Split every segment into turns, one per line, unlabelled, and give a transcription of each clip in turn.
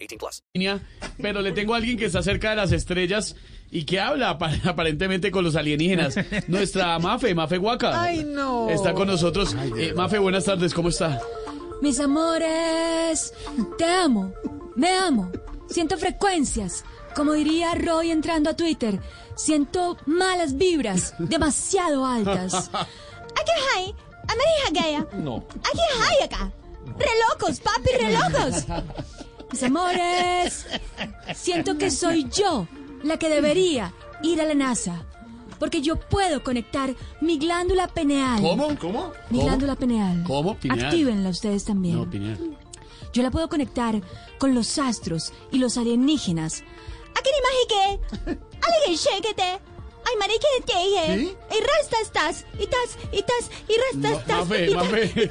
18 plus.
línea, pero le tengo a alguien que está cerca de las estrellas y que habla ap- aparentemente con los alienígenas. Nuestra Mafe, Mafe Huaca.
Ay, no.
Está con nosotros. Eh, Mafe, buenas tardes, ¿cómo está?
Mis amores, te amo, me amo. Siento frecuencias, como diría Roy entrando a Twitter. Siento malas vibras, demasiado altas.
Aquí hay, a María Gaya.
No.
Aquí hay acá. Relocos, papi, relocos.
Mis amores, siento que soy yo la que debería ir a la NASA. Porque yo puedo conectar mi glándula peneal.
¿Cómo? ¿Cómo?
Mi glándula peneal.
¿Cómo? Pineal.
Actívenla ustedes también.
No, Pineda.
Yo la puedo conectar con los astros y los alienígenas.
Aquí ni majique. Alegre, shakete. Ay, marique, te dije. Y rasta estás, y tas, y tas, y rasta estás.
Mafe,
y tas,
Mafe.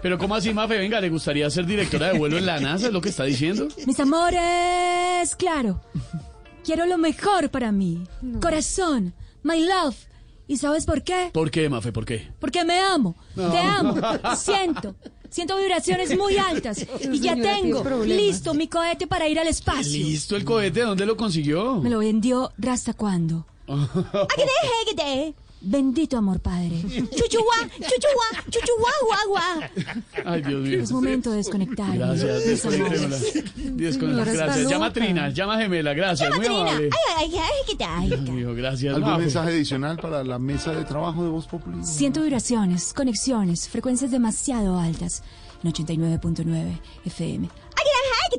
Pero ¿cómo así, Mafe? Venga, ¿le gustaría ser directora de vuelo en la NASA? ¿Es lo que está diciendo?
Mis amores, claro. Quiero lo mejor para mí. Corazón, my love. ¿Y sabes por qué?
¿Por qué, Mafe? ¿Por qué?
Porque me amo, te amo, siento. Siento vibraciones muy altas y ya tengo listo mi cohete para ir al espacio.
¿Listo el cohete? ¿Dónde lo consiguió?
Me lo vendió Rasta cuando.
Aquí te dije,
Bendito amor, padre.
Chuchuá, chuchuá, chuchuá, guá, guá.
Ay, Dios mío.
Es momento de desconectarme.
Gracias,
mis
desconectémosla.
amores.
Desconectémosla. Gracias. Llama a Trina, llama a Gemela, gracias.
Llama
Muy
Trina.
amable.
Ay, ay, ay, que te ay.
Amigo, gracias.
¿Algún
Mafe.
mensaje adicional para la mesa de trabajo de Voz Populi?
Siento vibraciones, conexiones, frecuencias demasiado altas. En 89.9 FM.
Aquí